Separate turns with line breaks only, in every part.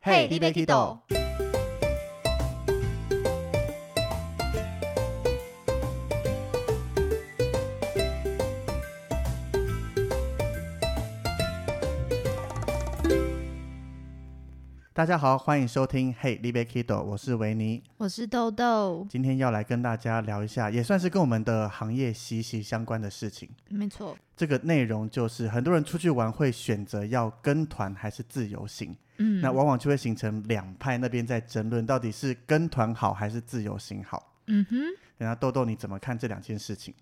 嘿你要去倒？
大家好，欢迎收听 Hey, l i b e Kido，我是维尼。
我是豆豆，
今天要来跟大家聊一下，也算是跟我们的行业息息相关的事情。
没错，
这个内容就是很多人出去玩会选择要跟团还是自由行，
嗯，
那往往就会形成两派，那边在争论到底是跟团好还是自由行好。
嗯哼，
那豆豆你怎么看这两件事情？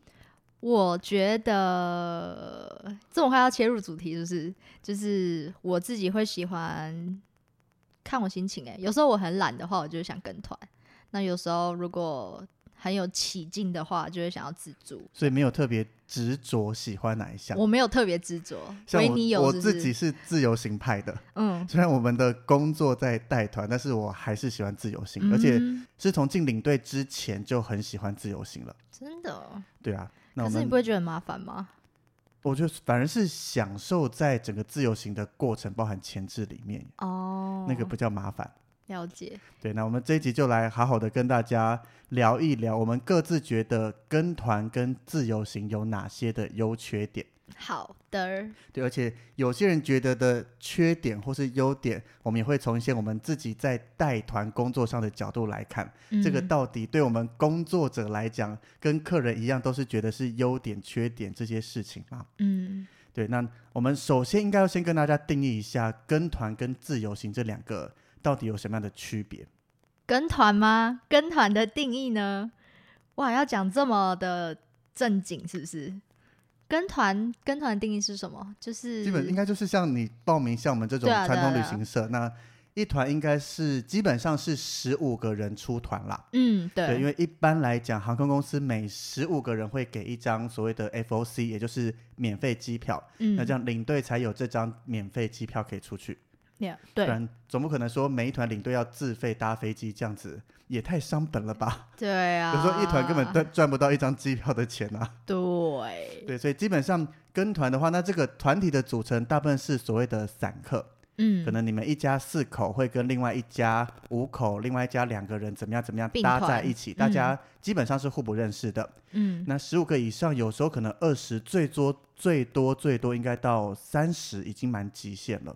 我觉得这种话要切入主题，就是就是我自己会喜欢看我心情哎、有时候我很懒的话，我就想跟团；那有时候如果很有起劲的话，就会想要自助。
所以没有特别执着喜欢哪一项。
我没有特别执着，
像
维
我
尼有
我
是不是
自己是自由行派的，
嗯，
虽然我们的工作在带团，但是我还是喜欢自由行，而且
嗯
是从进领队之前就很喜欢自由行了。
真的哦，
对啊，那
可
我
是你
们
不会觉得很麻烦吗？
我觉得反而是享受在整个自由行的过程，包含前置里面，
哦，
那个不叫麻烦。
了解，
对，那我们这一集就来好好的跟大家聊一聊，我们各自觉得跟团跟自由行有哪些的优缺点。
好的，
对，而且有些人觉得的缺点或是优点，我们也会从一些我们自己在带团工作上的角度来看，这个
嗯
到底对我们工作者来讲，跟客人一样都是觉得是优点、缺点这些事情吗？
嗯，
对，那我们首先应该要先跟大家定义一下跟团跟自由行这两个到底有什么样的区别。
跟团吗？跟团的定义呢？哇，要讲这么的正经是不是？跟团跟团的定义是什么？就是
基本应该就是像你报名像我们这种
嗯对啊
传统
对
旅
啊
行社，那一团应该是基本上是十五个人出团啦。
嗯，对，
对，因为一般来讲，航空公司每十五个人会给一张所谓的 FOC，也就是免费机票。
嗯，
那这样领队才有这张免费机票可以出去，
Yeah，
不
对
然总不可能说每一团领队要自费搭飞机，这样子也太伤本了吧？
对啊，
有时候一团根本赚赚不到一张机票的钱啊。
对，
对，所以基本上跟团的话，那这个团体的组成大部分是所谓的散客，
嗯，
可能你们一家四口会跟另外一家五口，另外一家两个人怎么样怎么样
并
搭
团
在一起，大
嗯
家基本上是互不认识的。
嗯
那十五个以上，有时候可能二十，最多最多最多应该到三十，已经蛮极限了。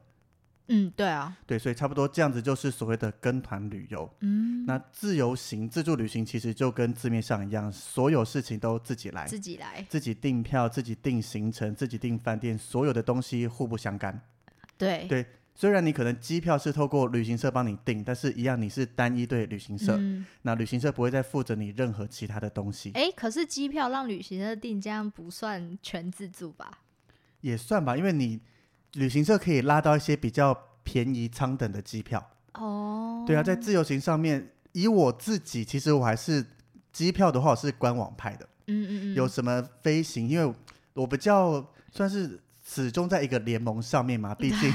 嗯，对啊，
对，所以差不多这样子就是所谓的跟团旅游。
嗯，
那自由行、自助旅行其实就跟字面上一样，所有事情都自己来，
自己来，
自己订票、自己订行程、自己订饭店，所有的东西互不相干。
对
对虽然你可能机票是透过旅行社帮你订，但是一样你是单一对旅行社，
嗯，
那旅行社不会再负责你任何其他的东西。
哎，可是机票让旅行社订，这样不算全自助吧？
也算吧，因为你旅行社可以拉到一些比较便宜舱等的机票。
哦，
对啊，在自由行上面，以我自己，其实我还是机票的话，我是官网派的。
嗯嗯嗯，
有什么飞行，因为我比较算是始终在一个联盟上面 嘛，毕竟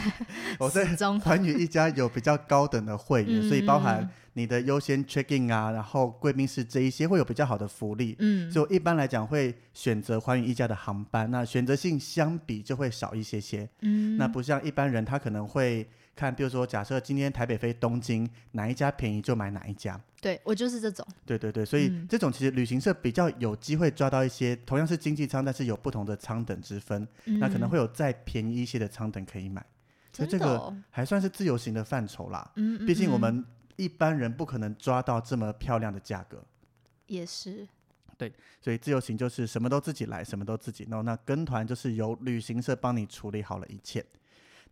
我在
始终
环宇一家有比较高等的会员，所以包
嗯嗯
含
嗯
你的优先 check in 啊，然后贵宾室这一些会有比较好的福利。
嗯，
所以我一般来讲会选择寰宇一家的航班，那选择性相比就会少一些些。
嗯
那不像一般人，他可能会看，比如说假设今天台北飞东京，哪一家便宜就买哪一家。
对我就是这种，
对对对，所以
嗯
这种其实旅行社比较有机会抓到一些同样是经济舱，但是有不同的舱等之分，那可能
嗯
会有再便宜一些的舱等可以买，所以
真
这
的
个
哦
还算是自由行的范畴啦。
嗯，嗯
毕竟我
嗯
们一般人不可能抓到这么漂亮的价格，
也是，
所以自由行就是什么都自己来，什么都自己弄。那跟团就是由旅行社帮你处理好了一切。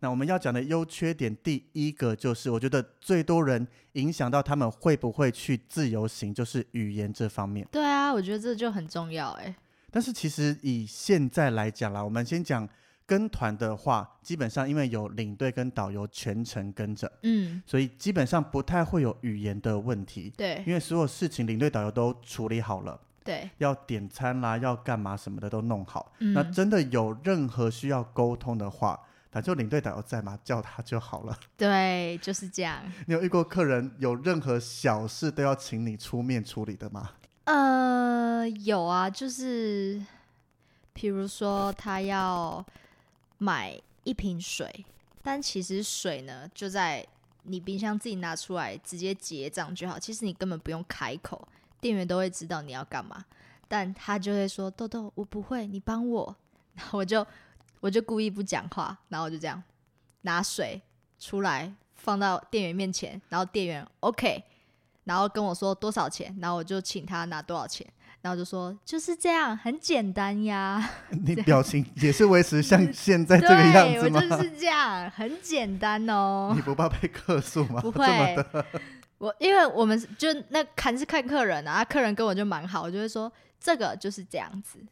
那我们要讲的优缺点，第一个就是我觉得最多人影响到他们会不会去自由行，就是语言这方面。
对啊，我觉得这就很重要哎、
但是其实以现在来讲啦，我们先讲跟团的话，基本上因为有领队跟导游全程跟着，
嗯，
所以基本上不太会有语言的问题，
对
因为所有事情领队导游都处理好了。
对，
要点餐啦，要干嘛什么的都弄好。
嗯
那真的有任何需要沟通的话，反正领队导游在嘛，叫他就好了。
对，就是这样。
你有遇过客人有任何小事都要请你出面处理的吗？
呃，有啊，就是比如说他要买一瓶水，但其实水呢就在你冰箱自己拿出来直接结账就好，其实你根本不用开口，店员都会知道你要干嘛。但他就会说：“豆豆，我不会，你帮我。”然后我就我就故意不讲话，然后我就这样拿水出来放到店员面前，然后店员 OK，然后跟我说多少钱，然后我就请他拿多少钱，然后就说就是这样，很简单呀。
你表情也是维持像现 在这个样
对，
子
我
吗？
就是这样，很简单哦。
你不怕被客诉吗？
不
这么
会，我因为我们是就那看是看客人啊，客人跟我就蛮好，我就会说这个就是这样子。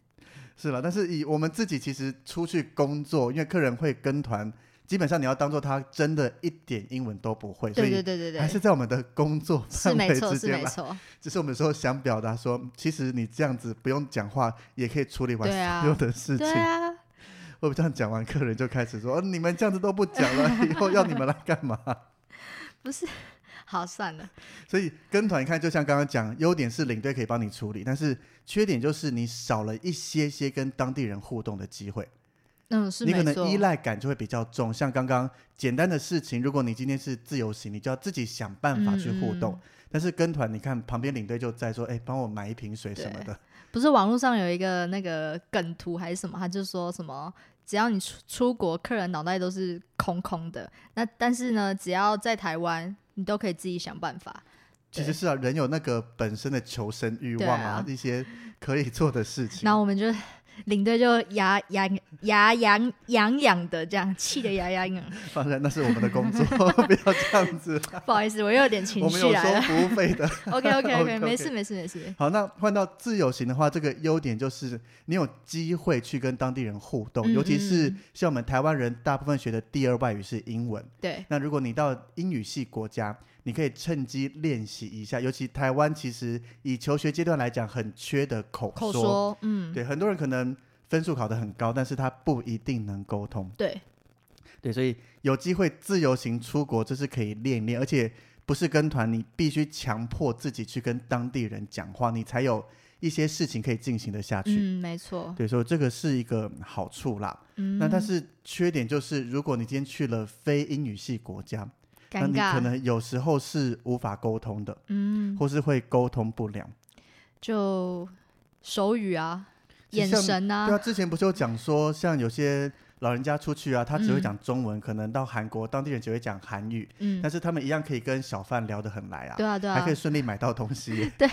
是了，但是以我们自己其实出去工作，因为客人会跟团，基本上你要当做他真的一点英文都不会，所
对对
以
对对
还
对
是，在我们的工作
是
范
没
围
错
之
是
间
没
吧。
错。
只是我们说想表达说，其实你这样子不用讲话也可以处理完
对啊
所有的事情。
对啊，
我这样讲完，客人就开始说：“哦你们这样子都不讲 了， 以后要你们来干嘛
不是，好算了，？”
所以跟团看，就像刚刚讲，优点是领队可以帮你处理，但是缺点就是你少了一些些跟当地人互动的机会。
嗯，是
你可
没错
能。依赖感就会比较重。像刚刚简单的事情，如果你今天是自由行，你就要自己想办法去互动。
嗯
但是跟团，你看旁边领队就在说：“哎，帮我买一瓶水什么的。
不是网络上有一个那个梗图还是什么，他就说什么，只要你出出国，客人脑袋都是空空的。那但是呢，只要在台湾，你都可以自己想办法。”
其实是啊，人有那个本身的求生欲望啊，
对啊
一些可以做的事情
然。后我们就领队就牙牙牙痒痒痒的，这样气得牙痒痒。
当然，那是我们的工作， 不要这样子。
不好意思，我又有点 情
我们有
绪来
收
了。
服务费的。
OK OK
OK，OK
OK，没事没事没事。
好，那换到自由行的话，这个优点就是你有机会去跟当地人互动，
嗯
尤其是
嗯
像我们台湾人大部分学的第二外语是英文。
对，
那如果你到英语系国家，你可以趁机练习一下，尤其台湾其实以求学阶段来讲，很缺的口
口说，嗯，
对，很多人可能分数考得很高，但是他不一定能沟通。
对，
对，所以有机会自由行出国，这是可以练一练，而且不是跟团，你必须强迫自己去跟当地人讲话，你才有一些事情可以进行得下去。
嗯，没错。
对，所以这个是一个好处啦。
嗯，
那但是缺点就是，如果你今天去了非英语系国家，那
尴
你可
尬，
能有时候是无法沟通的，
嗯，
或是会沟通不良。
就手语啊，眼
像
神啊，
对啊，之前不是有讲说，像有些老人家出去啊，他只会
嗯
讲中文，可能到韩国当地人只会讲韩语，
嗯，
但是他们一样可以跟小贩聊得很来啊。
对啊，对
还
啊
可以，顺利买到东西
。对，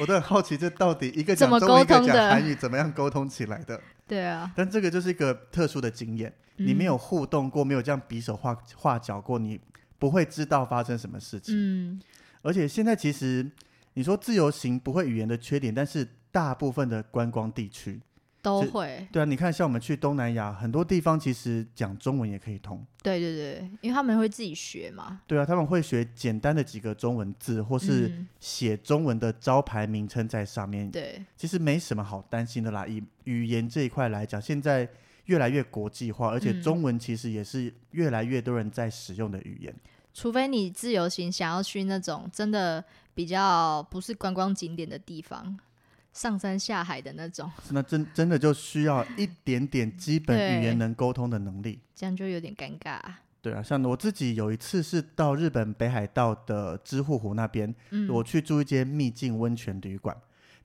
我都很好奇，这到底一个
怎
讲
么
中文，一
沟
个
通
讲
的
韩语，怎么样沟通起来 的？
对啊，
但这个就是一个特殊的经验，你没
嗯
有互动过，没有这样比手画画脚过，你不会知道发生什么事情。
嗯，
而且现在其实你说自由行不会语言的缺点，但是大部分的观光地区，
都
这
会，
对啊，你看像我们去东南亚，很多地方其实讲中文也可以通，
对对对，因为他们会自己学嘛，
对啊，他们会学简单的几个中文字，或是
嗯
写中文的招牌名称在上面，
对，
其实没什么好担心的啦。以语言这一块来讲，现在。越来越国际化，而且
嗯
中文其实也是越来越多人在使用的语言。
除非你自由行想要去那种真的比较不是观光景点的地方，上山下海的那种，
那真真的就需要一点点基本语言
对
能沟通的能力。
这样就有点尴尬。
对啊，像我自己有一次是到日本北海道的知户湖那边，
嗯，
我去住一间秘境温泉旅馆。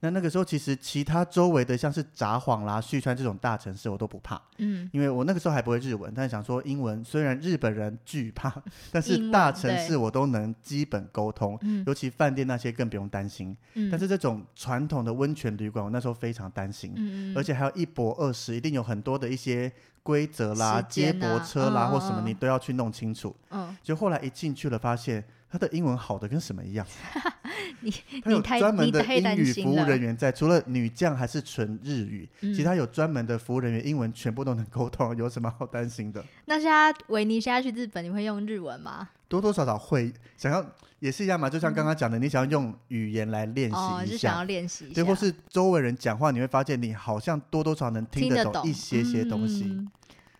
那那个时候，其实其他周围的像是札幌啦、旭川这种大城市，我都不怕，
嗯，
因为我那个时候还不会日文。但是想说英文，虽然日本人惧怕， 但
英
是
文
大城市我都能基本沟通，
嗯
尤其饭店那些更不用担心。
嗯，
但是这种传统的温泉旅馆，我那时候非常担心。
嗯，嗯，
而且还有一博二十，一定有很多的一些规则啦、
时
接
间
驳
啊
车啦、
嗯
或什么，
嗯
你都要去弄清楚。
嗯，
就后来一进去了，发现他的英文好的跟什么一 样。他有
你太
专门
你
的
太
英
担
语
心
服务
了
人员在，除了女将还是纯日语，
嗯
其他有专门的服务人员，英文全部都能沟通，有什么好担心的？
那现在维尼现在去日本，你会用日文吗？
多多少少会想要也是一样嘛，就像刚刚讲的，你想要用语言来练
哦，
习一
就想
下。
要练习一
对，
下，
或是周围人讲话，你会发现你好像多多少少能听
得
得懂一些些东西。
嗯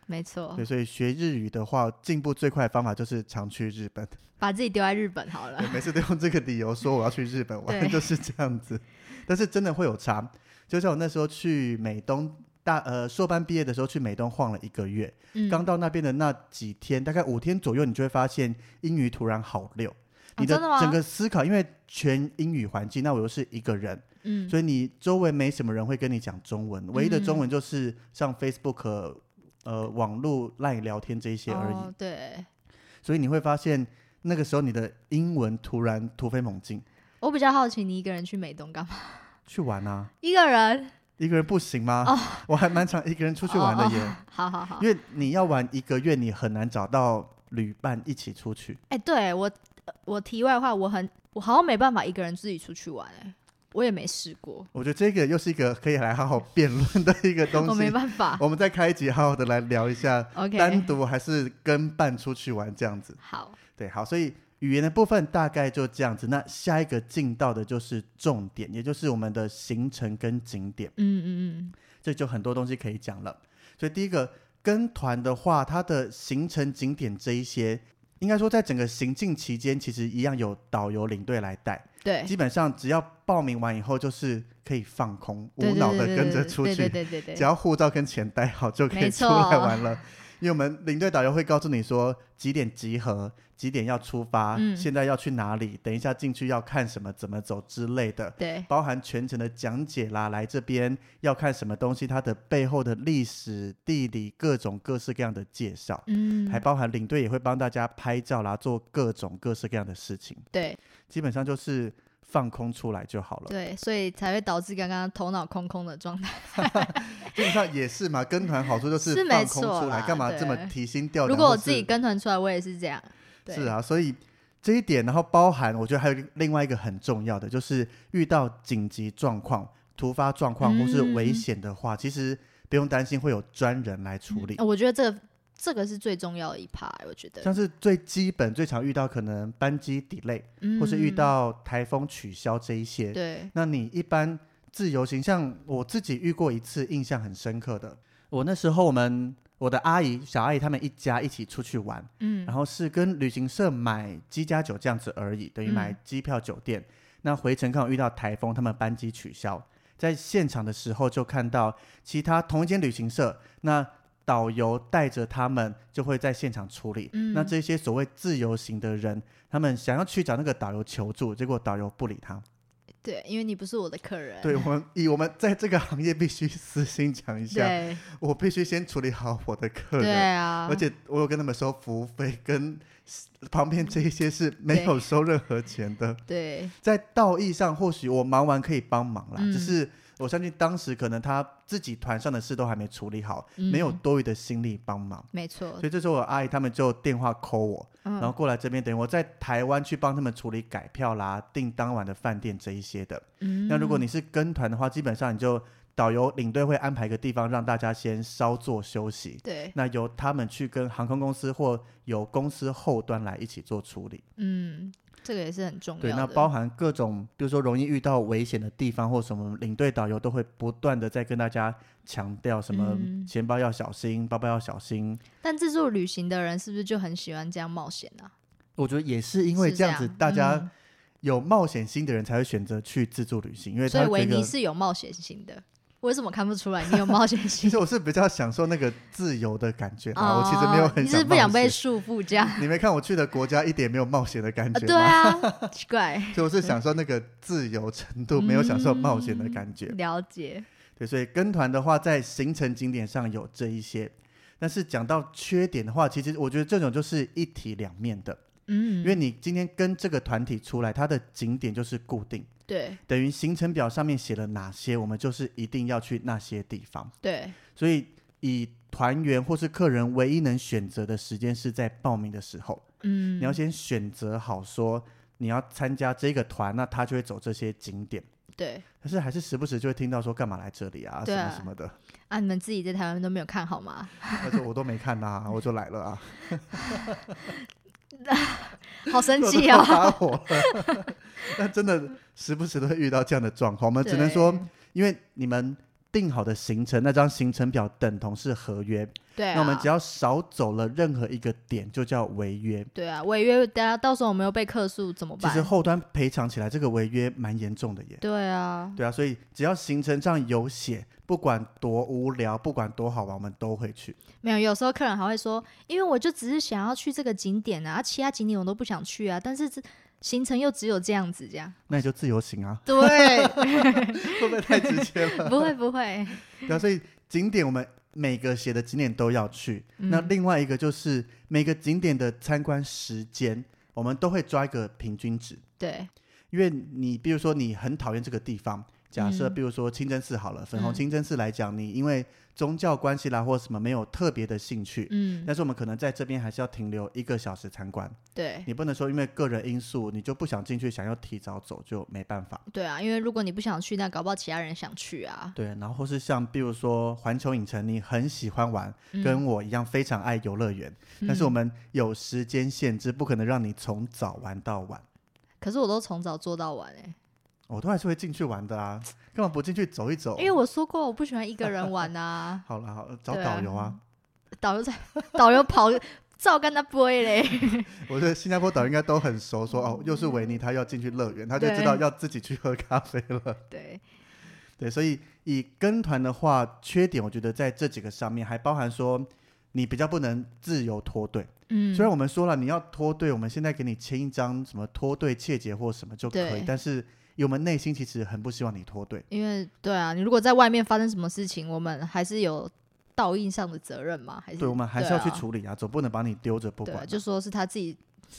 没错
对，，所以学日语的话，进步最快的方法就是常去日本。
把自己丢在日本好了
对，。每次都用这个理由说我要去日本玩，
对
就是这样子。但是真的会有差，就像我那时候去美东大呃硕班毕业的时候去美东晃了一个月，
嗯，
刚到那边的那几天，大概五天左右，你就会发现英语突然好溜。你的
哦真的吗
整个思考，因为全英语环境，那我又是一个人，
嗯，
所以你周围没什么人会跟你讲中文，唯一的中文就是上 Facebook 呃、呃网络、赖聊天这一些而已。
哦、对
所以你会发现，那个时候你的英文突然突飞猛进，
我比较好奇，你一个人去美东干嘛？
去玩啊，
一个人？
一个人不行吗？
哦
我还蛮常一个人出去玩的耶，
好好好。
因为你要玩一个月，你很难找到旅伴一起出去。
哎、对我，我题外话，我很，我好像没办法一个人自己出去玩、哎，我也没试过，
我觉得这个又是一个可以来好好辩论的一个东西。
我没办法。
我们再开一集，好好的来聊一下
OK，
单独还是跟伴出去玩这样子。
好，
对，好，所以语言的部分大概就这样子。那下一个进到的就是重点，也就是我们的行程跟景点，
嗯嗯嗯，
这就很多东西可以讲了。所以第一个跟团的话，它的行程景点这一些，应该说在整个行进期间，其实一样有导游领队来带。
对，
基本上只要报名完以后，就是可以放空、无
对对
脑
对
的
对
跟
对
着
对
出
对
去
对，对对对
只要护照跟钱带好就可以
没
出
错
来玩了。因为我们领队导游会告诉你说几点集合，几点要出发，
嗯
现在要去哪里，等一下进去要看什么、怎么走之类的，
对
包含全程的讲解啦。来这边要看什么东西，它的背后的历史、地理各种各式各样的介绍，
嗯，
还包含领队也会帮大家拍照啦，做各种各式各样的事情。
对
基本上就是放空出来就好了。
对，所以才会导致刚刚头脑空空的状 态。
基本上也是嘛，跟团好处就是
没
放空
错
出来，
啦
干嘛
对
这么提心吊胆？
如果
或
我
是
自己跟团出来，我也是这样。对
是，啊，所以这一点，然后包含我觉得还有一个另外一个很重要的，就是遇到紧急状况、突发状况或是危
嗯
险的话，其实不用担心会有专人来处理。
呃我觉得这个这个是最重要的一趴、我觉得，
像是最基本、最常遇到可能班机 delay，、
嗯
或是遇到台风取消这一些，
对，
那你一般自由行，像我自己遇过一次，印象很深刻的，我那时候我们我的阿姨、小阿姨他们一家一起出去玩，
嗯
然后是跟旅行社买机加酒这样子而已，等于买
嗯
机票、酒店。那回程刚好遇到台风，他们班机取消，在现场的时候就看到其他同一间旅行社那。导游带着他们就会在现场处理。
嗯
那这些所谓自由行的人，他们想要去找那个导游求助，结果导游不理他们
对，因为你不是我的客人，
对我们以我们在这个行业必须私心讲一下，
对
我必须先处理好我的啊客
对
人，
啊，
而且我有跟他们收服务费，跟旁边这一些是没有收任何钱的。
对
在道义上，或许我忙完可以帮忙啦，
嗯
只是我相信当时可能他自己团上的事都还没处理好，
嗯
没有多余的心力帮忙。
没错
所，以这时候我阿姨他们就电话 call 我，
嗯
然后过来这边，等于我在台湾去帮他们处理改票啦、订当晚的饭店这一些的。
嗯
那如果你是跟团的话，基本上你就导游领队会安排个地方让大家先稍作休息，
对，
那由他们去跟航空公司或由公司后端来一起做处理。
嗯，这个也是很重要
对，
的。
那包含各种，比如说容易遇到危险的地方或什么，领队导游都会不断的在跟大家强调什么
嗯
钱包要小心，包包要小心。
但自助旅行的人是不是就很喜欢这样冒险啊？
我觉得也是因为
是
这样子，大家
嗯
有冒险心的人才会选择去自助旅行，因为
所
他
以维
觉
尼
得。
是有冒险心的，为什么看不出来你有冒险
其
心
实？我是比较享受那个自由的感觉啊，
哦
我其实没有很
你是
想
不想
冒
被
险
束缚这样？
你没看我去的国家一点没有冒险的感
啊
觉吗？
对啊， 奇怪，
所以我是享受那个自由程度，没有享受冒险的感觉。
了解，
对，所以跟团的话，在行程景点上有这一些，但是讲到缺点的话，其实我觉得这种就是一体两面的，
嗯，
因为你今天跟这个团体出来，它的景点就是固定，
对
等于行程表上面写了哪些，我们就是一定要去那些地方。
对，
所以以团员或是客人唯一能选择的时间是在报名的时候，
嗯，
你要先选择好说你要参加这个团，那他就会走这些景点。
对
但是还是时不时就会听到说干嘛来这里啊，什
对
么
啊
什么的。
啊，你们自己在台湾都没有看好吗？
他说我都没看 呐、我就来了啊，
好生
我都
气
要
哦。
打 我了。那真的时不时都会遇到这样的状况，我们只能说，因为你们定好的行程，那张行程表等同是合约。
对啊，
那我们只要少走了任何一个点，就叫违约。
对啊，违约，大家到时候我们又被客诉怎么
其
办？
实后端赔偿起来，这个违约蛮严重的耶。
对啊，
对啊，所以只要行程上有写，不管多无聊，不管多好玩，我们都会去。
没有，有时候客人还会说，因为我就只是想要去这个景点啊，啊其他景点我都不想去啊，但是这行程又只有这样子这样。，
那你就自由行啊
对，
会不会太直接了？
不会 不会，
对啊，所以景点我们每个写的景点都要去。
嗯
那另外一个就是每个景点的参观时间，我们都会抓一个平均值，
对，
因为你比如说你很讨厌这个地方。假设
嗯
比如说清真寺好了，粉红
嗯
清真寺来讲，你因为宗教关系啦或什么没有特别的兴趣，
嗯，
但是我们可能在这边还是要停留一个小时参观。
对
你不能说因为个人因素你就不想进去，想要提早走就没办法。
对啊，因为如果你不想去，那搞不好其他人想去啊。
对，然后或是像比如说环球影城，你很喜欢玩，跟我一样非常爱游乐园，但是我
嗯
们有时间限制，不可能让你从早玩到晚。
可是我都从早做到晚哎、
我都还是会进去玩的啊， 干嘛不进去走一走？，
因为我说过我不喜欢一个人玩啊
好了好了，找
对
导
啊
游啊！
导游在 导游跑照跟他不会 嘞。
我觉得新加坡导游应该都很熟 说哦，又是维尼，他要进去乐园，他就知
对
道要自己去喝咖啡了。
对，
对，所以以跟团的话，缺点我觉得在这几个上面，还包含说你比较不能自由脱队。
嗯，
虽然我们说了你要脱队，我们现在给你签一张什么脱队切结或什么就可以
对，
但是我们内心其实很不希望你脱队。
因为对啊，你如果在外面发生什么事情，我们还是有道义上的责任嘛，还是
对，我们还是要去
对啊
处理啊，总不能把你丢着不
对啊
管。
就说是他自己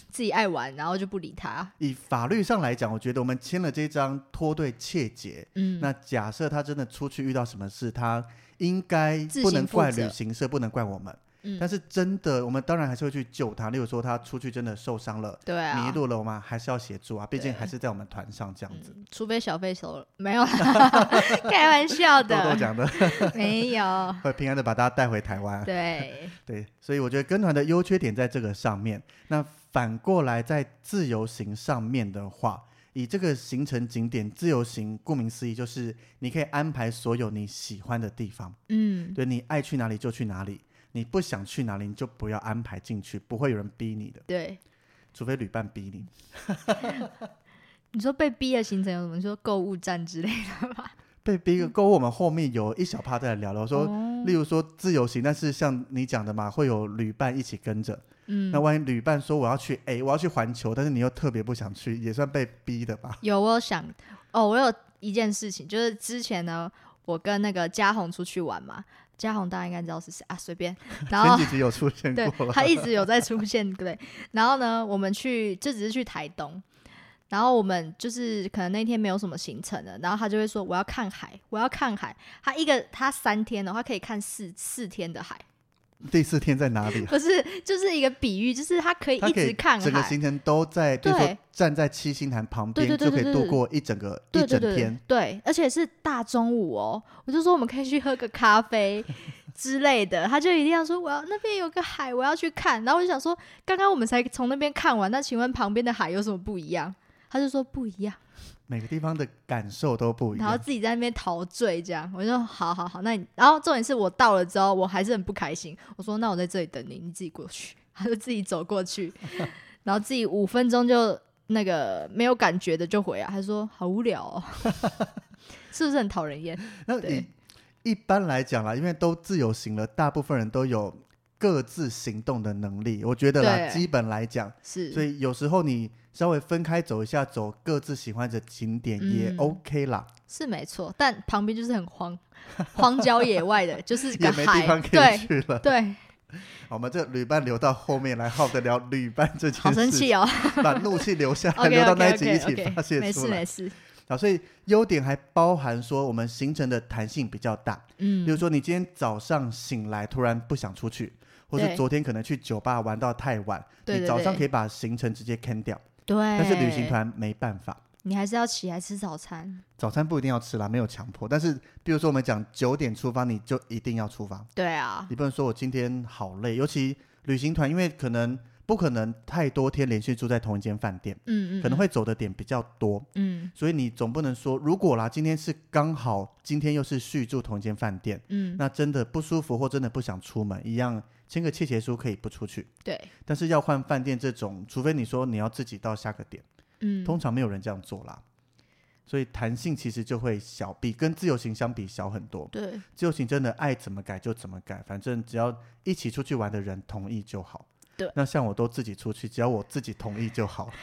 自己爱玩，然后就不理他。
以法律上来讲，我觉得我们签了这张脱队切结，
嗯，
那假设他真的出去遇到什么事，他应该
自
不
行
能
负
怪
责
旅行社，不能怪我们。
嗯
但是真的，我们当然还是会去救他。例如说，他出去真的受伤了。
对啊，
迷路了，我们还是要协助啊，毕竟
对嗯
还是在我们团上这样子。
除非小费收了，没有啦， 开玩 笑
豆豆
的，
讲的
没 有。
会平安的把大家带回台湾。
对，
对，所以我觉得跟团的优缺点在这个上面。那反过来，在自由行上面的话，以这个行程景点自由行，顾名思义就是你可以安排所有你喜欢的地方，
嗯，
对你爱去哪里就去哪里，你不想去哪里你就不要安排进去，不会有人逼你的，
对。
除非旅伴逼你。
你说被逼的行程有什么？你说购物站之类的。
被逼个够，我们后面有一小趴再来聊聊说。
哦
例如说自由行，但是像你讲的嘛，会有旅伴一起跟着。
嗯
那，万一旅伴说我要去 A，我要去环球，但是你又特别不想去，也算被逼的吧？
有我有想哦，我有一件事情，就是之前呢，我跟那个嘉宏出去玩嘛，嘉宏大家应该知道是谁啊，随便。然
前
后
几集有出现
对
过了。
他一直有在出现，对。然后呢，我们去就只是去台东，然后我们就是可能那天没有什么行程了，然后他就会说我要看海，我要看海。他一个他三天的话可以看四四天的海，
第四天在哪里？
不是就是一个比喻，就是他可以
他
一
可以
直看
整个
海。
行程都在，比如说
对
站在七星潭旁边，
对
就
对
可
对
以
对
度
对
过一整个一
对对
整
对
天
对。对，而且是大中午哦，我就说我们可以去喝个 咖啡之类的，他就一定要说我要那边有个海，我要去看。然后我就想说，刚刚我们才从那边看完，那请问旁边的海有什么不一样？他就说不一样，
每个地方的感受都不一
然后
样。
自己在那边陶醉这样。我就说好好好，那你，然后重点是我到了之后，我还是很不开心。我说那我在这里等你，你自己过去。 他就自己走过去， 然后自己五分钟就那个没有感觉的就回来，他说好无 聊哦，是不是很讨人厌？
那你
对
一般来讲啦，因为都自由行了，大部分人都有各自行动的能力。我觉得啦，
对
基本来讲，
是，
所以有时候你稍微分开走一下，走各自喜欢的景点也
嗯
OK 啦。
是没错，但旁边就是很荒荒郊野外 的，就是
也
个
没
海
地方，可以
对
去了。
对，
好我们这旅伴留到后面来耗得了旅伴这件事，
好生气哦。
把怒气留 下来，
OK
留
OK
到那
OK
一集一起
OK，
发泄
没
出
事
来。
没事，
啊，所以优点还包含说我们行程的弹性比较大，比如
嗯，
说你今天早上醒来突然不想出去，或是
对
昨天可能去酒吧玩到太晚，
对
你
对
早上
对哎
可以把行程直接 can 掉，
对。
但是旅行，团没办法。
你还是要起来吃早餐，
早餐不一定要吃啦，没有强迫。但是，比如说我们讲九点出发，你就一定要出发。
对啊，
你不能说我今天好累，尤其旅行团，因为可能不可能太多天连续住在同一间饭店，
嗯嗯，
可能会走的点比较多，
嗯，
所以你总不能说，如果啦，今天是刚好，今天又是续住同一间饭店，
嗯嗯，
那真的不舒服或真的不想出门，一样签个切结书可以不出去，
对，
但是要换饭店这种，除非你说你要自己到下个点，
嗯，
通常没有人这样做啦。所以弹性其实就会小，比跟自由行相比小很多。
对，
自由行真的爱怎么改就怎么改，反正只要一起出去玩的人同意就好。
对
那像我都自己出去，只要我自己同意就好。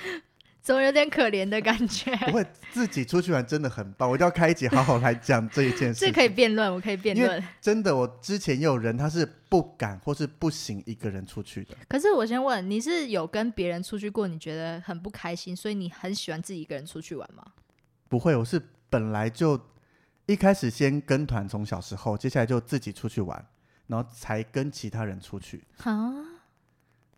总有点可怜的感觉。
不会自己出去玩真的很棒，我一定要开一集好好来讲这一件事
这
情。
可以辩论，我可以辩
因为
论。
真的，我之前也有人他是不敢或是不行一个人出去的，
可是我先问，你是有跟别人出去过，你觉得很不开心，所以你很喜欢自己一个人出去玩吗？
不会，我是本来就一开始先跟团，从小时候，接下来就自己出去玩，然后才跟其他人出去。
啊，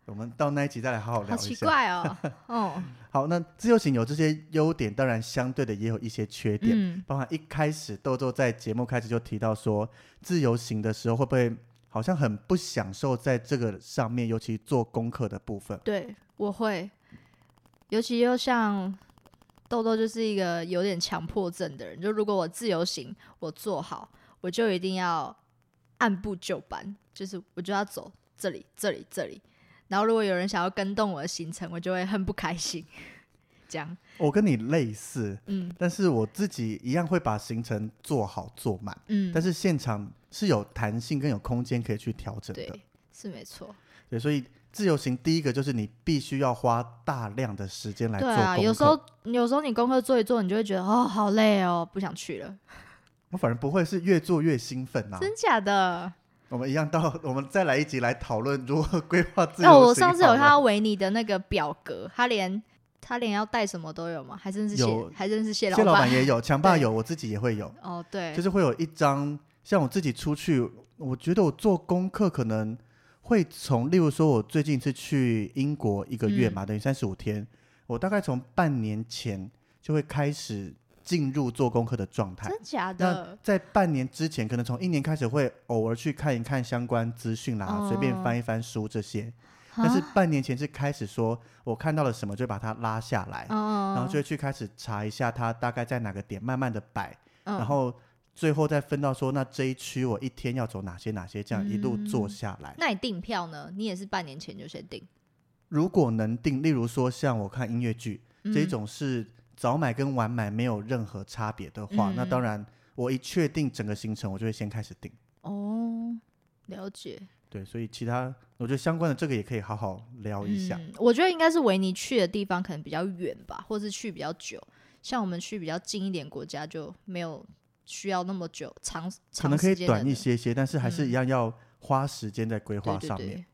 我们到那一集再来好好聊
好
一下。
奇 怪哦。哦，
好，那自由行有这些优点，当然相对的也有一些缺点，
嗯，
包含一开始豆豆在节目开始就提到说，自由行的时候会不会好像很不享受在这个上面，尤其做功课的部分。
对，我会，尤其又像豆豆就是一个有点强迫症的人，就如果我自由行，我做好，我就一定要按部就班，就是我就要走这里、这里、这里。然后如果有人想要跟动我的行程，我就会很不开心。这样，
我跟你类似，
嗯
但是我自己一样会把行程做好做满，
嗯，
但是现场是有弹性跟有空间可以去调整的。
对，是没错。
对，所以自由行第一个就是你必须要花大量的时间来做
对
功
啊，
课。
有时候有时候你功课做一做，你就会觉得哦，好累哦，不想去了，
我反而不会是越做越兴奋啊。
真假的？
我们一样到我们再来一集来讨论如何规划自由行好
哦，
了。
我上次有看到维尼的那个表格，他连他连要带什么都有吗？还真是
有
谢，还真是谢
谢老
板。
板也有，强爸
对
有，我自己也会有，
哦，对，
就是会有一张，像我自己出去，我觉得我做功课可能会从，例如说，我最近是去英国一个月
嗯
嘛，等于三十五天，我大概从半年前就会开始进入做功课的状态。
真假
那
的，
在半年之前，可能从一年开始会偶尔去看一看相关资讯啦，
哦
随便翻一翻书这些。但是
啊
半年前是开始说，我看到了什么就把它拉下来，
嗯，
然后就会去开始查一下它大概在哪个点，慢慢的摆，
嗯
然后最后再分到说，那这一区我一天要走哪些哪些，这样一路
嗯
做下来。
那你订票呢？你也是半年前就先订
如果能定，例如说像我看音乐剧、
嗯
这，种是早买跟晚买没有任何差别的话，
嗯
那当然我一确定整个行程，我就会先开始定。
嗯哦，了解。
对，所以其他我觉得相关的这个也可以好好啊聊一下。
嗯，我觉得应该是维尼去的地方可能比较远吧，或是去比较久。像我们去比较近一点国家就没有需要那么久，长
可
长
能可以
时间的
短一些些，但是还是
嗯
一样要花时间在规
对
划
对
上面。
对，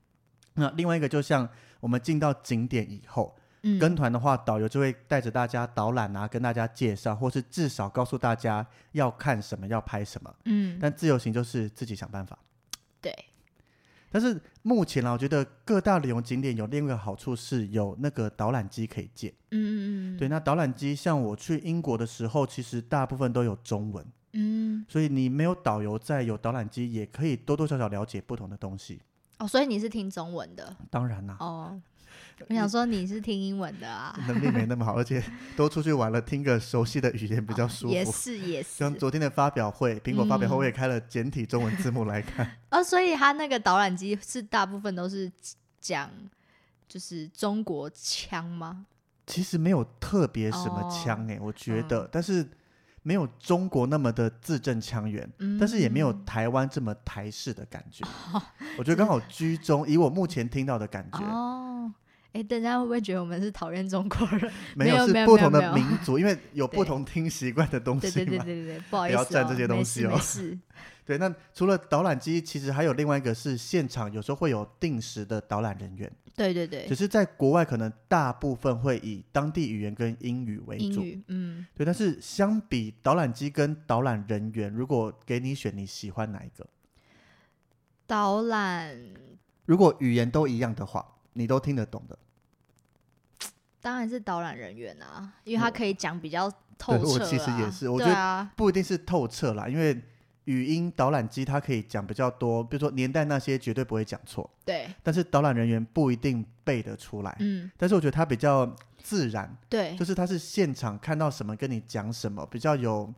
那另外一个，就像我们进到景点以后，
嗯，
跟团的话，导游就会带着大家导览啊，跟大家介绍，或是至少告诉大家要看什么，要拍什么。
嗯
但自由行就是自己想办法。
对，
但是目前啊，我觉得各大旅游景点有另一个好处是有那个导览机可以借。
嗯嗯嗯，
对，那导览机像我去英国的时候，其实大部分都有中文，
嗯
所以你没有导游在，有导览机也可以多多少少了解不同的东西。
哦，所以你是听中文的
当然啦、
哦。我想说你是听英文的啊，
能力没那么 好，而且都出去玩了，听个熟悉的语言 比较舒服。
也是也
像
是
昨天的发表会，苹果发表会
嗯
我也开了简体中文字幕来 看，
哦，所以他那个导览机是大部分都是讲就是中国腔吗？
其实没有特别什
哦
么腔哎、我觉得，
嗯
但是没有中国那么的字正腔圆，
嗯，
但是也没有台湾这么台式的感 觉。我觉得刚好居中，以我目前听到的感觉，
哦。哎，大家会不会觉得我们是讨厌中国 人？
没
没有
是
没有
不同
没
的
有
民族，因为有不
对
同听习惯的东
对
西
对对
嘛
对。对对，不好
不
意
要
思
占
哦
这些东西哦
没事没事，
对，那除了导览机，其实还有另外一个是现场，有时候会有定时的导览人员，
对对 对
只，是在国外可能大部分会以当地语言跟英语为
英
主。
语，嗯，
对，但是相比导览机跟导览人员，如果给你选，你喜欢哪一个？
导览
如果语言都一样的话，你都听得懂的。
当然是导览人员啊，因为他
我
可以讲比较透
对
彻、
我
啊。
其实也是我
对
觉得
啊，
不一定是透彻啦，因为语音导览机它可以讲比较多，比如说年代那些绝对不会讲错，
对，
但是导览人员不一定背得出来。
嗯，
但是我觉得它比较自然，
对，
就是它是现场看到什么跟你讲什么，比较有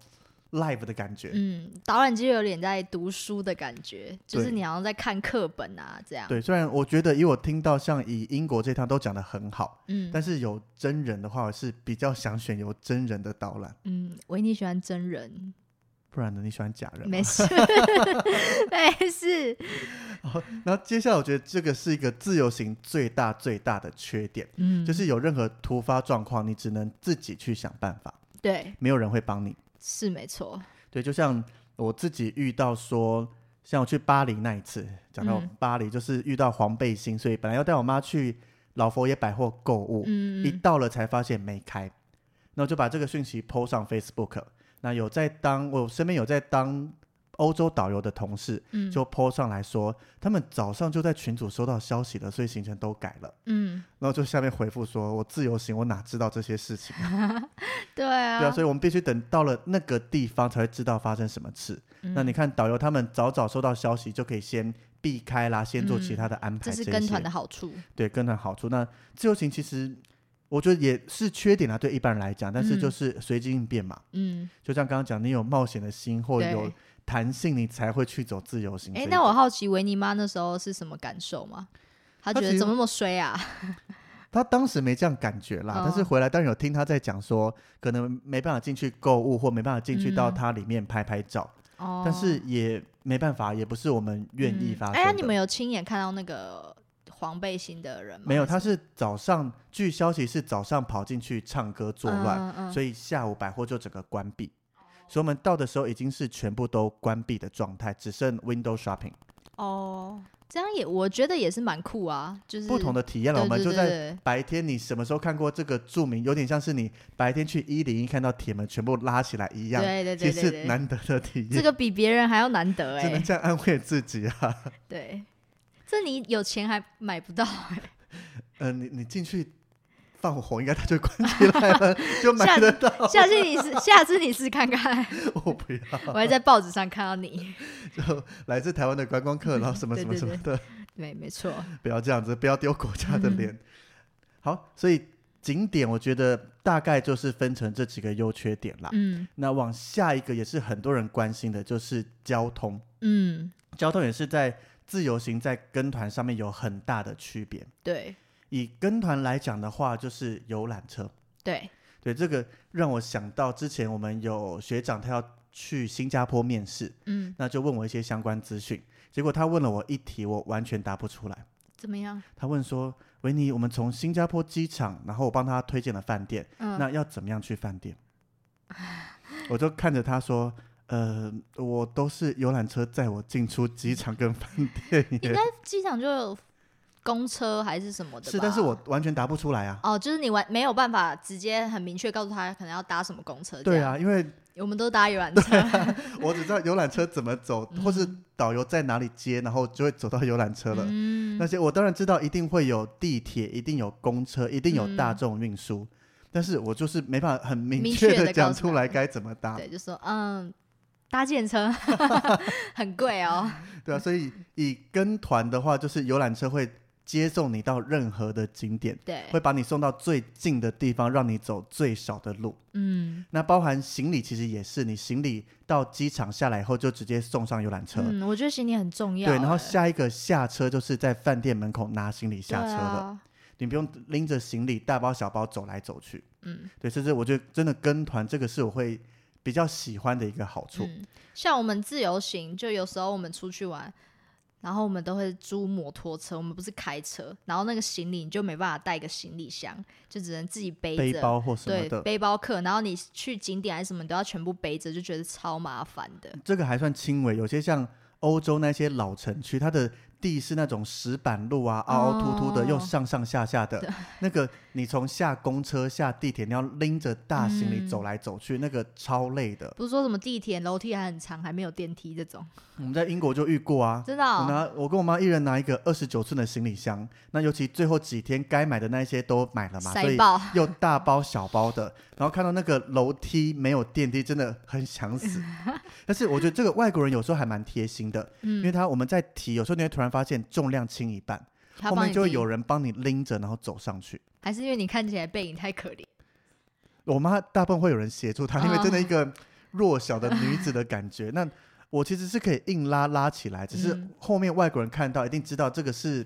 live 的感觉。
嗯，导览机有点在读书的感觉，就是
对
你好像在看课本啊这样。
对，虽然我觉得以我听到像以英国这趟都讲得很好，
嗯
但是有真人的话，我是比较想选有真人的导览，
嗯，维尼喜欢真人，
不然呢你喜欢假人啊吗？
没事， 没事。
然后接下来我觉得这个是一个自由行最大最大的缺点，
嗯，
就是有任何突发状况，你只能自己去想办法，
对，
没有人会帮你。
是没错。
对，就像我自己遇到说，像我去巴黎那一次，讲到
嗯
巴黎就是遇到黄背心，所以本来要带我妈去老佛爷百货购物，
嗯，
一到了才发现没开，那我就把这个讯息 PO 上 Facebook。那有在当我身边有在当欧洲导游的同事，
嗯
就 PO 上来说，他们早上就在群组收到消息了，所以行程都改了。
嗯，
然后就下面回复说，我自由行，我哪知道这些事情 啊？
对
对啊，
啊，
所以我们必须等到了那个地方才会知道发生什么事。那你
嗯
看导游他们早早收到消息就可以先避开啦，先做其他的安排
嗯这
些。
是跟团的好处。
对跟团好处。那自由行其实我觉得也是缺点啊，对一般人来讲，但是
嗯
就是随机应变嘛。
嗯，
就像刚刚讲，你有冒险的心或
对
有弹性，你才会去走自由行这
哎
一，
那
种
我好奇维尼妈那时候是什么感受吗？她
她其
觉得
实
怎么那么衰啊？
他当时没这样感觉啦，
哦
但是回来当然有听他在讲说，可能没办法进去购物或没办法进去到
嗯
它里面拍拍照，
哦，
但是也没办法，也不是我们愿意
嗯
发生的。
哎呀，你们有亲眼看到那个黄背心的人吗？
没有，他
还
是早上，据消息是早上跑进去唱歌作乱，，
嗯哦
所以下午百货就整个关闭。所以我们到的时候已经是全部都关闭的状态，只剩 window shopping，
哦，这样也我觉得也是蛮酷啊，就是
不同的体验了。
对
我们
对
就
对
在
对
白天，你什么时候看过这个著名？有点像是你白天去一零一看到铁门全部拉起来一样，
对对
其
对
实
对
是
对，
难得的体
这
验。
个比别人还要难得哎、
只能这样安慰自己啊。
对，这你有钱还买不 到，
嗯，你你进去放火，应该它就关起来 了，就买得到。
下次你试，下次你试 看看，
我不要。
我还在报纸上看到你，
就 来自台湾的观光客，然后 什么什么
对对
什么的，
对，没错，
不要这样子，不要丢国家的
嗯
脸。好，所以景点我觉得大概就是分成这几个优缺点啦。
嗯
那往下一个也是很多人关心的，就是交通。
嗯，
交通也是在自由行在跟团上面有很大的区别。
对
以跟团来讲的话，就是游览车。
对，
对，这个让我想到之前我们有学长他要去新加坡面试，
嗯，
那就问我一些相关资讯，结果他问了我一题，我完全答不出来。
怎么样？
他问说：“维尼，我们从新加坡机场，然后我帮他推荐了饭店，
嗯，
那要怎么样去饭店？” 我就看着他说：“呃，我都是游览车载我进出机场跟饭店
应
耶，
该机场就有公车还是什么的吧，
是，但是我完全答不出来啊。
哦，就是你完没有办法直接很明确告诉他可能要搭什么公车，
对，啊，因啊为
我们都搭 游览车，
我只知道游览车怎么走，或是导游在哪里接，然后就会走到游览车了。
嗯
那些我当然知道，一定会有地铁，一定有公车，一定有大
嗯
众运输，但是我就是没办法很明
明
确
确
的
地
讲
告诉
出
他
来该怎么搭。
对，就说嗯，搭建车很贵哦，
对啊，所以以跟团的话，就是游览车会接送你到任何的景点，
对，
会把你送到最近的地方，让你走最少的路。
嗯
那包含行李，其实也是你行李到机场下来以后就直接送上游览车。
嗯，我觉得行李很重要欸，
对，然后下一个下车就是在饭店门口拿行李下
对
车了，
啊，
你不用拎着行李大包小包走来走去。
嗯
对，甚至我觉得真的跟团这个是我会比较喜欢的一个好处。
嗯，像我们自由行，就有时候我们出去玩。然后我们都会租摩托车，我们不是开车，然后那个行李你就没办法带个行李箱，就只能自己背着，
背包或什么
对，
的，
背包客，然后你去景点还是什么，你都要全部背着，就觉得超麻烦的。
这个还算轻微，有些像欧洲那些老城区，它的地是那种石板路啊，凹凹凸凸的，
哦
又上上下下的
对。
那个你从下公车、下地铁，你要拎着大行李
嗯
走来走去，那个超累的。
不是说什么地铁楼梯还很长，还没有电梯这种，
我们在英国就遇过哦啊。
真的
我
哦、
拿我跟我妈一人拿一个二十九寸的行李箱，那尤其最后几天该买的那一些都买了嘛，所
塞
以
爆，
又大包小包的，然后看到那个楼梯没有电梯，真的很想 死。但是我觉得这个外国人有时候还蛮贴心的，因为
嗯，
他我们在提，有时候你会突然发现重量轻一半，
他
后
帮
面
你
就会
递
有，人帮你拎着，然后走上去。
还是因为你看起来背影太可怜，
我妈大部分会有人协助她，因为
哦
真的一个弱小的女子的感觉。那我其实是可以硬拉拉起来，只是
嗯
后面外国人看到一定知道这个是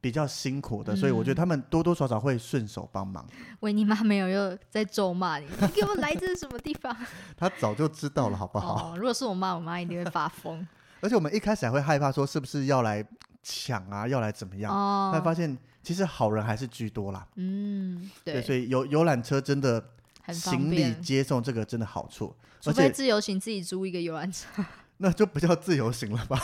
比较辛苦的，所以我觉得
嗯
他们多多少少会顺手帮忙。
维尼妈没有又在咒骂 你，你给我来这是什么地方？
她早就知道了，好不好？
哦，如果是我妈，我妈一定会发疯。
而且我们一开始还会害怕说是不是要来抢啊，要来怎么样？但
哦，
发现其实好人还是居多啦。
嗯，对，
所以游游览车真的
很方
行李
便。
接送这个真的好处，
除
而
非
且
自由行自己租一个游览车，
那就不叫自由行了吧？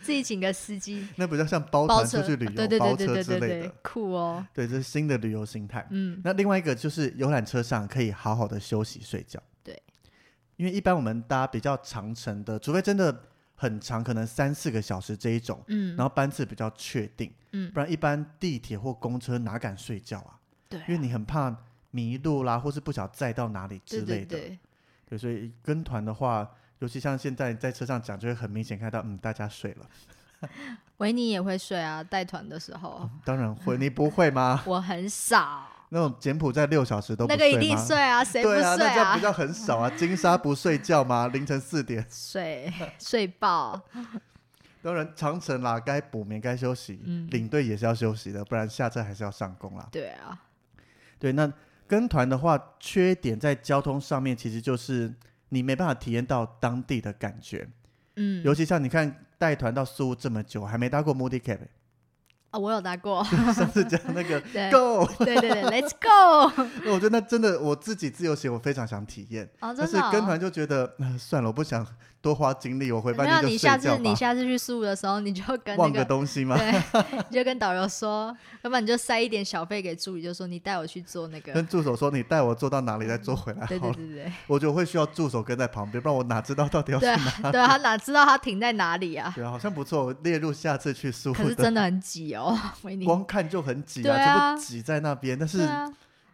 自己请个司机
那比较像包
包
团
车，
哦出去旅
对
游、
对
包
对对
车
对
之
对
类
对
的。，
酷哦，
对，这是新的旅游形态。
嗯，
那另外一个就是游览车上可以好好的休息睡觉。
对，
因为一般我们搭比较长程的，除非真的很长，可能三四个小时这一种，
嗯
然后班次比较确定，
嗯
不然一般地铁或公车哪敢睡觉啊？
对啊，
因为你很怕迷路啦，或是不晓得载到哪里之
对
类
对
的。
对，
对，所以跟团的话，尤其像现在在车上讲，就会很明显看到，嗯，大家睡了。
维尼也会睡啊，带团的时候
当然会，你不会 吗？
我很少，
那种柬埔寨六小时都不
那
睡
个
吗？
一定睡啊，谁不
对啊，
睡
那这样不叫很少 啊？金沙不睡觉吗？凌晨四点，
睡睡爆，
当然长城啦，该补眠该休息，
嗯
领队也是要休息的，不然下车还是要上工啦。
对啊，
对，那跟团的话，缺点在交通上面其实就是你没办法体验到当地的感觉，
嗯，
尤其像你看带团到苏这么久，还没搭过 m o d i cab，
啊，我有搭过，
上次讲那个
对
go，
对对对，Let's go，
那我觉得那真的我自己自由行我非常想体验，
哦，
但
真
是
的哦，
跟团就觉得、呃算了，我不想多花精力，我回
没
饭
有，
店
你
就
下
睡
次
觉
你
吧。
下次去宿的时候，你就跟那
忘个
个
东西吗？
对，你就跟导游说，要不然你就塞一点小费给助理，就说你带我去做那个，
跟助手说你带我坐到哪里再坐回来好
对
了。
对对对
我觉得我会需哦要助手跟在旁边，不然我哪知道到底要去
对
哪？
啊对啊，他哪知道他停在哪 里啊？
对啊，好像不错，列入下次去苏
可是
的。
真的很挤哦，维
啊
尼。
光看就很挤
对啊
全部挤在那边，但
对
是
啊，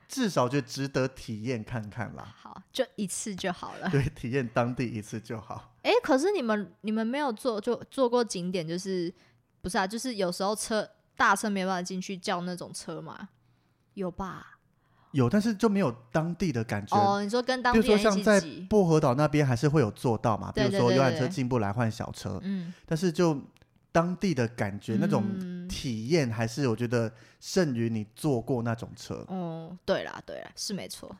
至少就值得体验看看啦。
好，就一次就好了。
对，体验当地一次就好。
哎，可是你们你们没有做就做过景点，就是不是啊？就是有时候车大车没办法进去叫那种车嘛，有吧？
有，但是就没有当地的感觉。
哦，你说跟当
比如
地
说
人一
像
起
在
挤，
薄荷岛那边还是会有做到嘛，比如
对对
说
对
游览车
对
进不来换小车，
嗯，
但是就当地的感觉、那种
嗯
体验，还是我觉得胜于你坐过那种车。
哦，对啦，对啦，是没错，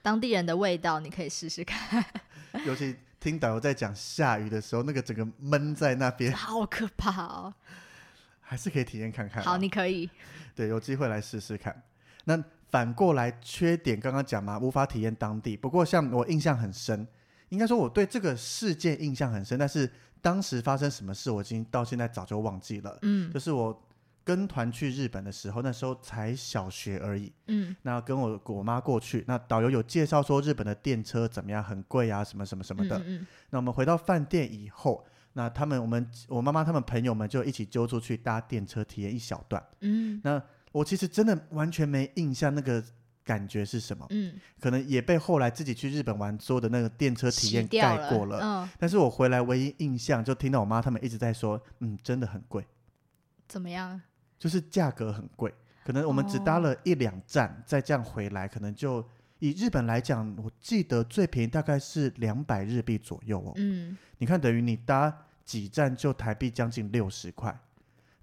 当地人的味道你可以试试看，
尤其听导游在讲下雨的时候，那个整个闷在那边，
好可怕哦。
还是可以体验看看啊、
好，你可以，
对，有机会来试试看。那反过来，缺点刚刚讲嘛，无法体验当地。不过像我印象很深，应该说我对这个事件印象很深，但是当时发生什么事，我已经到现在早就忘记了。
嗯
就是我跟团去日本的时候，那时候才小学而已。
嗯
那跟我我妈过去，那导游有介绍说日本的电车怎么样，很贵啊，什么什么什么的。
嗯嗯
那我们回到饭店以后，那他们我们我妈妈他们朋友们就一起揪出去搭电车体验一小段。
嗯
我其实真的完全没印象那个感觉是什么，
嗯
可能也被后来自己去日本玩做的那个电车
嗯，
体
洗
验
掉
盖过了。
嗯，
但是我回来唯一印象就听到我妈他们一直在说，嗯，真的很贵，
怎么样？
就是价格很贵。可能我们只搭了一两站，再这样回来，可能就以日本来讲，我记得最便宜大概是两百日币左右哦。
嗯，
你看，等于你搭几站就台币将近六十块。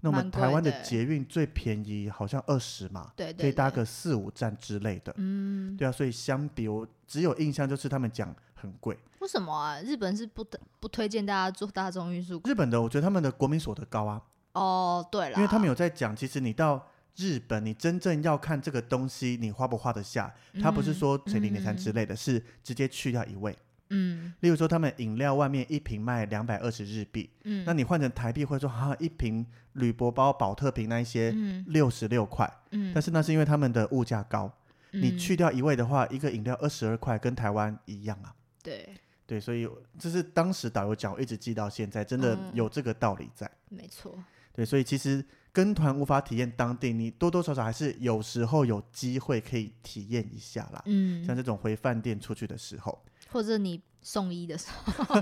那我们
蛮贵
台湾的
的
捷运最便宜好像二十嘛，
对
可
对，
以搭
对
个四五站之类的。
嗯，
对啊，所以相比我只有印象就是他们讲很贵。
为什么啊？日本是不得不推荐大家坐大众运输工
日本的我觉得他们的国民所得高啊，
哦，对了，
因为他们有在讲，其实你到日本，你真正要看这个东西你花不花得下，他不是
嗯
说谁领你餐
嗯
之类的，是直接去掉一位。
嗯
例如说，他们饮料外面一瓶卖两百二十日币，
嗯，
那你换成台币会说啊，一瓶铝箔包、保特瓶那一些
嗯
六十六块，
嗯，
但是那是因为他们的物价高，你
嗯
去掉一位的话，一个饮料二十二块，跟台湾一样啊。
对，
对，所以这是当时导游讲，我一直记到现在，真的
嗯
有这个道理在。
没错，
对，所以其实跟团无法体验当地，你多多少少还是有时候有机会可以体验一下啦。
嗯
像，这种回饭店出去的时候，
或者你送医的时候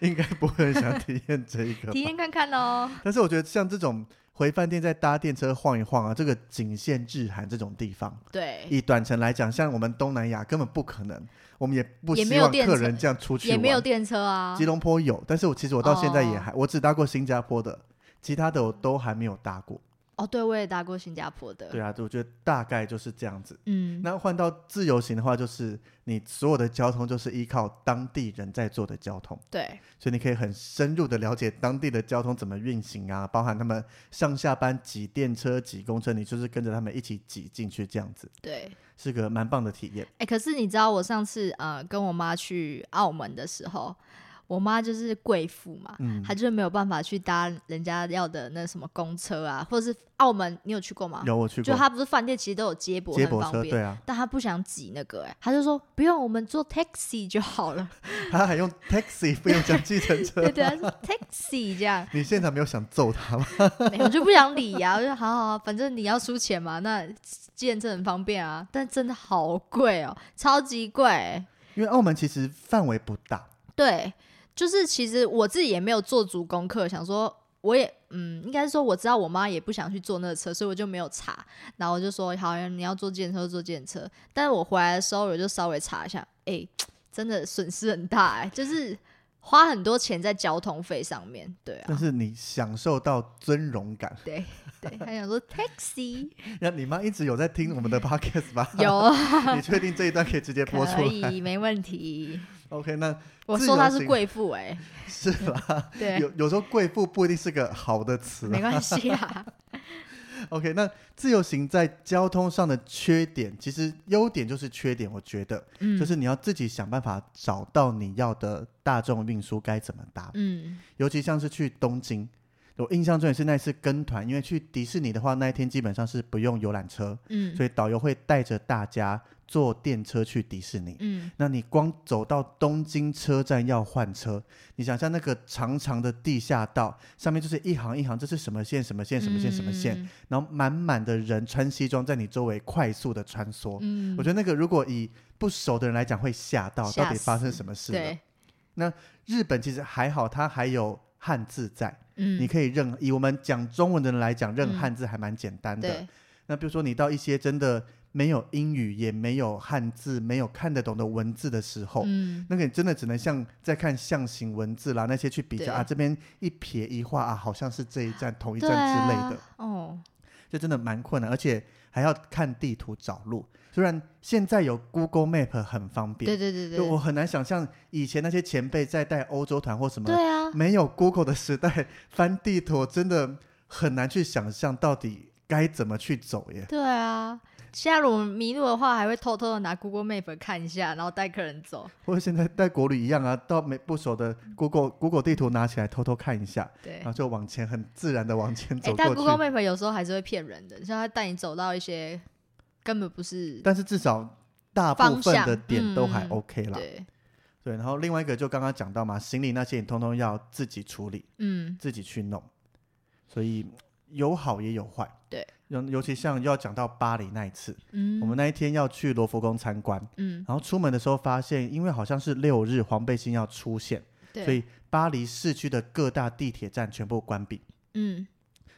应该不会很想体验这一个吧
体。验看看哦。
但是我觉得像这种回饭店再搭电车晃一晃啊，这个仅限日韩这种地方。
对，
以短程来讲，像我们东南亚根本不可能，我们也不
也没
希
有
望
电
客
车
人这样出去
也没
玩
有电车啊
吉。隆坡有，但是我其实我到现在也
哦嗯
还，我只搭过新加坡的，其他的我都还没有搭过。
哦，对，我也搭过新加坡的。
对啊，我觉得大概就是这样子。
呃嗯，
那换到自由行的话，就是你所有的交通就是依靠当地人在做的交通，
对，
所以你可以很深入的了解当地的交通怎么运行啊，包含他们上下班挤电车、挤公车，你就是跟着他们一起挤进去，这样子
对。
是个蛮棒的体验。
哎、可是你知道我上次呃跟我妈去澳门的时候，我妈就是贵妇嘛，
嗯
她，就是没有办法去搭人家要的那什么公车啊，或者是澳门，你有去过吗？
有我去
啊就
过
她不是饭店其实都有接驳，
接
很
驳
方
车，
便。
对啊，
但她不想挤那个、哎，她就说不用，我们坐 taxi 就好了。
他还用 taxi 不用讲计程车
对。对，她说 taxi 这样，
你现场没有想揍他吗？
没有我就不想理呀、我就好好好，反正你要出钱嘛，那见证很方便啊，但真的好贵哦，超级贵、
因为澳门其实范围不大，
对，就是其实我自己也没有做足功课，想说我也嗯，应该是说我知道我妈也不想去坐那个车，所以我就没有查。然后我就说好，你要坐电车就坐电车。但是我回来的时候我就稍微查一下，哎、真的损失很大哎、就是花很多钱在交通费上面。对啊
但，是你享受到尊荣感。
对对，还想说 taxi
那你妈一直有在听我们的 podcast 吧？
嗯有
你确定这一段可以直接播出
可
来
以没问题。
？OK，那
我
自
说
由
她是
行
贵妇哎，
是啦。
对，
有有时候贵妇不一定是个好的词
没
啊。
关系啊，
OK，那自由行在交通上的缺点，其实优点就是缺点，我觉得、
嗯，
就是你要自己想办法找到你要的大众运输该怎么搭。
嗯
尤其像是去东京，我印象中也是那一次跟团，因为去迪士尼的话，那一天基本上是不用游览车，
嗯
所以导游会带着大家坐电车去迪士尼。
嗯
那你光走到东京车站要换车，你想象那个长长的地下道，上面就是一行一行，这是什么线什么线什么线什么线，
嗯
然后满满的人穿西装在你周围快速的穿梭。
嗯，
我觉得那个如果以不熟的人来讲会吓到，
吓
到底发
死
生什么事了？
对，
日本其实还好，它还有汉字在，
嗯，
你可以认。以我们讲中文的人来讲，认
嗯
汉字还蛮简单的。
对，
那比如说你到一些真的没有英语也没有汉字、没有看得懂的文字的时候，
嗯，
那个你真的只能像在看象形文字啦，那些去比
对
较啊，这边一撇一画啊，好像是这一站同一
对
站之类的，
啊哦，
这真的蛮困难，而且还要看地图找路。虽然现在有 Google Map 很方便，
对对对
就我
对，
很难想象以前那些前辈在带欧洲团或什么
对啊，
没有 Google 的时代，翻地图真的很难去想象到底该怎么去走耶。
对啊。现在如果我们迷路的话，还会偷偷的拿 Google Map 看一下，然后带客人走。
或者现在带国旅一样啊，到没不熟的 Google Google 地图拿起来偷偷看一下，
对
然，后就往前很自然的往前啊走，
哎
过
但
去。
Google Map 有时候还是会骗人的，像他带你走到一些根本不是
但是至少大部分
方
的
向
点都还
嗯
OK 啦。
对，
对，然后另外一个就刚刚讲到嘛，行李那些你通通要自己处理，
嗯，
自己去弄，所以有好也有坏。
对，
尤尤其像又要讲到巴黎那一次，
嗯
我们那一天要去罗浮宫参观。
嗯，
然后出门的时候发现，因为好像是六日黄背心要出现，所
对，
以巴黎市区的各大地铁站全部关闭。
嗯，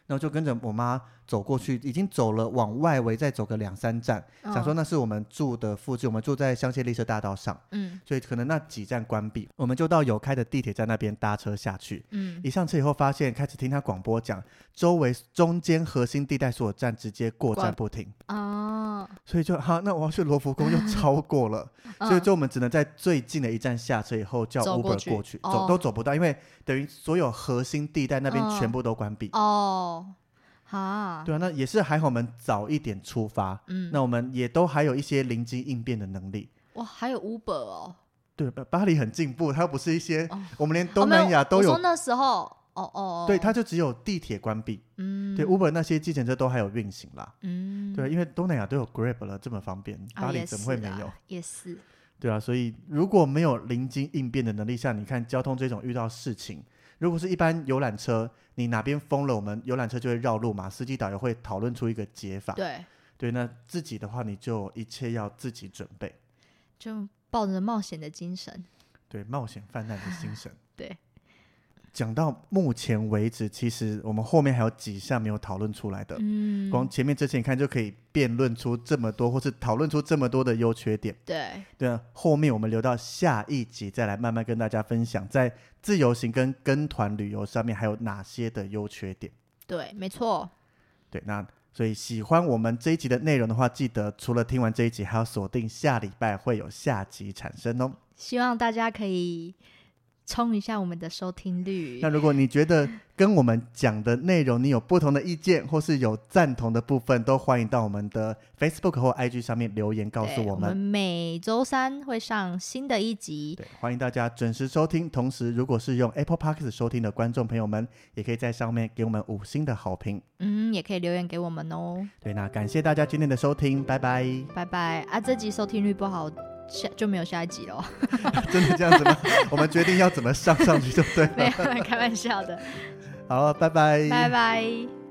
然后就跟着我妈走过去，已经走了往外围再走个两三站，想说
哦，
那是我们住的附近，我们住在香榭丽舍大道上，
嗯
所以可能那几站关闭，我们就到有开的地铁站那边搭车下去。
嗯，
一上车以后，发现开始听他广播讲，周围中间核心地带所有站直接过站
关
不停，
哦，
所以就哈、那我要去罗浮宫又超过了。 所以
嗯
就我们只能在最近的一站下车以后叫
走
Uber
过
过
去
去，
哦
走都走不到，因为等于所有核心地带那边
嗯
全部都关闭。
哦，哈，
对啊，那也是还好我们早一点出发，
嗯，
那我们也都还有一些灵机应变的能力。
哇，还有 Uber 哦，
对，巴巴黎很进步，它不是一些、
哦
我们连
哦
东
没有
南亚都
我
有，
说那时候，哦哦，
对，它就只有地铁关闭，
嗯，
对 Uber 那些计程车都还有运行啦。
嗯，
对，因为东南亚都有 Grab 了，这么方便，
啊
巴黎
也
怎么会
是
没
啦
有？
也是，
对啊，所以如果没有临机应变的能力下，你看交通这种遇到事情，如果是一般游览车，你哪边封了，我们游览车就会绕路嘛，司机导游会讨论出一个解法。
对，
对，那自己的话，你就一切要自己准备。
就抱着冒险的精神，。
对，冒险泛滥的精神
对，
讲到目前为止，其实我们后面还有几项没有讨论出来的。
嗯，
呃光前面这些你看就可以辩论出这么多，或是讨论出这么多的优缺点。
对，
对啊，后面我们留到下一集再来慢慢跟大家分享，在自由行跟跟团旅游上面还有哪些的优缺点。
对，没错，
对，那所以喜欢我们这一集的内容的话，记得除了听完这一集，还要锁定下礼拜会有下集产生哦。
希望大家可以冲一下我们的收听率
那。如果你觉得跟我们讲的内容你有不同的意见，或是有赞同的部分，都欢迎到我们的 Facebook 或 IG 上面留言告诉
对
我
我
们。
每周三会上新的一集。
对，欢迎大家准时收听。同时，如果是用 Apple Podcast 收听的观众朋友们，也可以在上面给我们五星的好评。
嗯，也可以留言给我们哦。
对，那感谢大家今天的收听，拜拜。
拜拜啊！这集收听率不好，下就没有下一集了。
真的这样子吗？我们 决定要怎么上上去就对
没有
了。，
开玩笑的。
好，拜拜。
拜拜。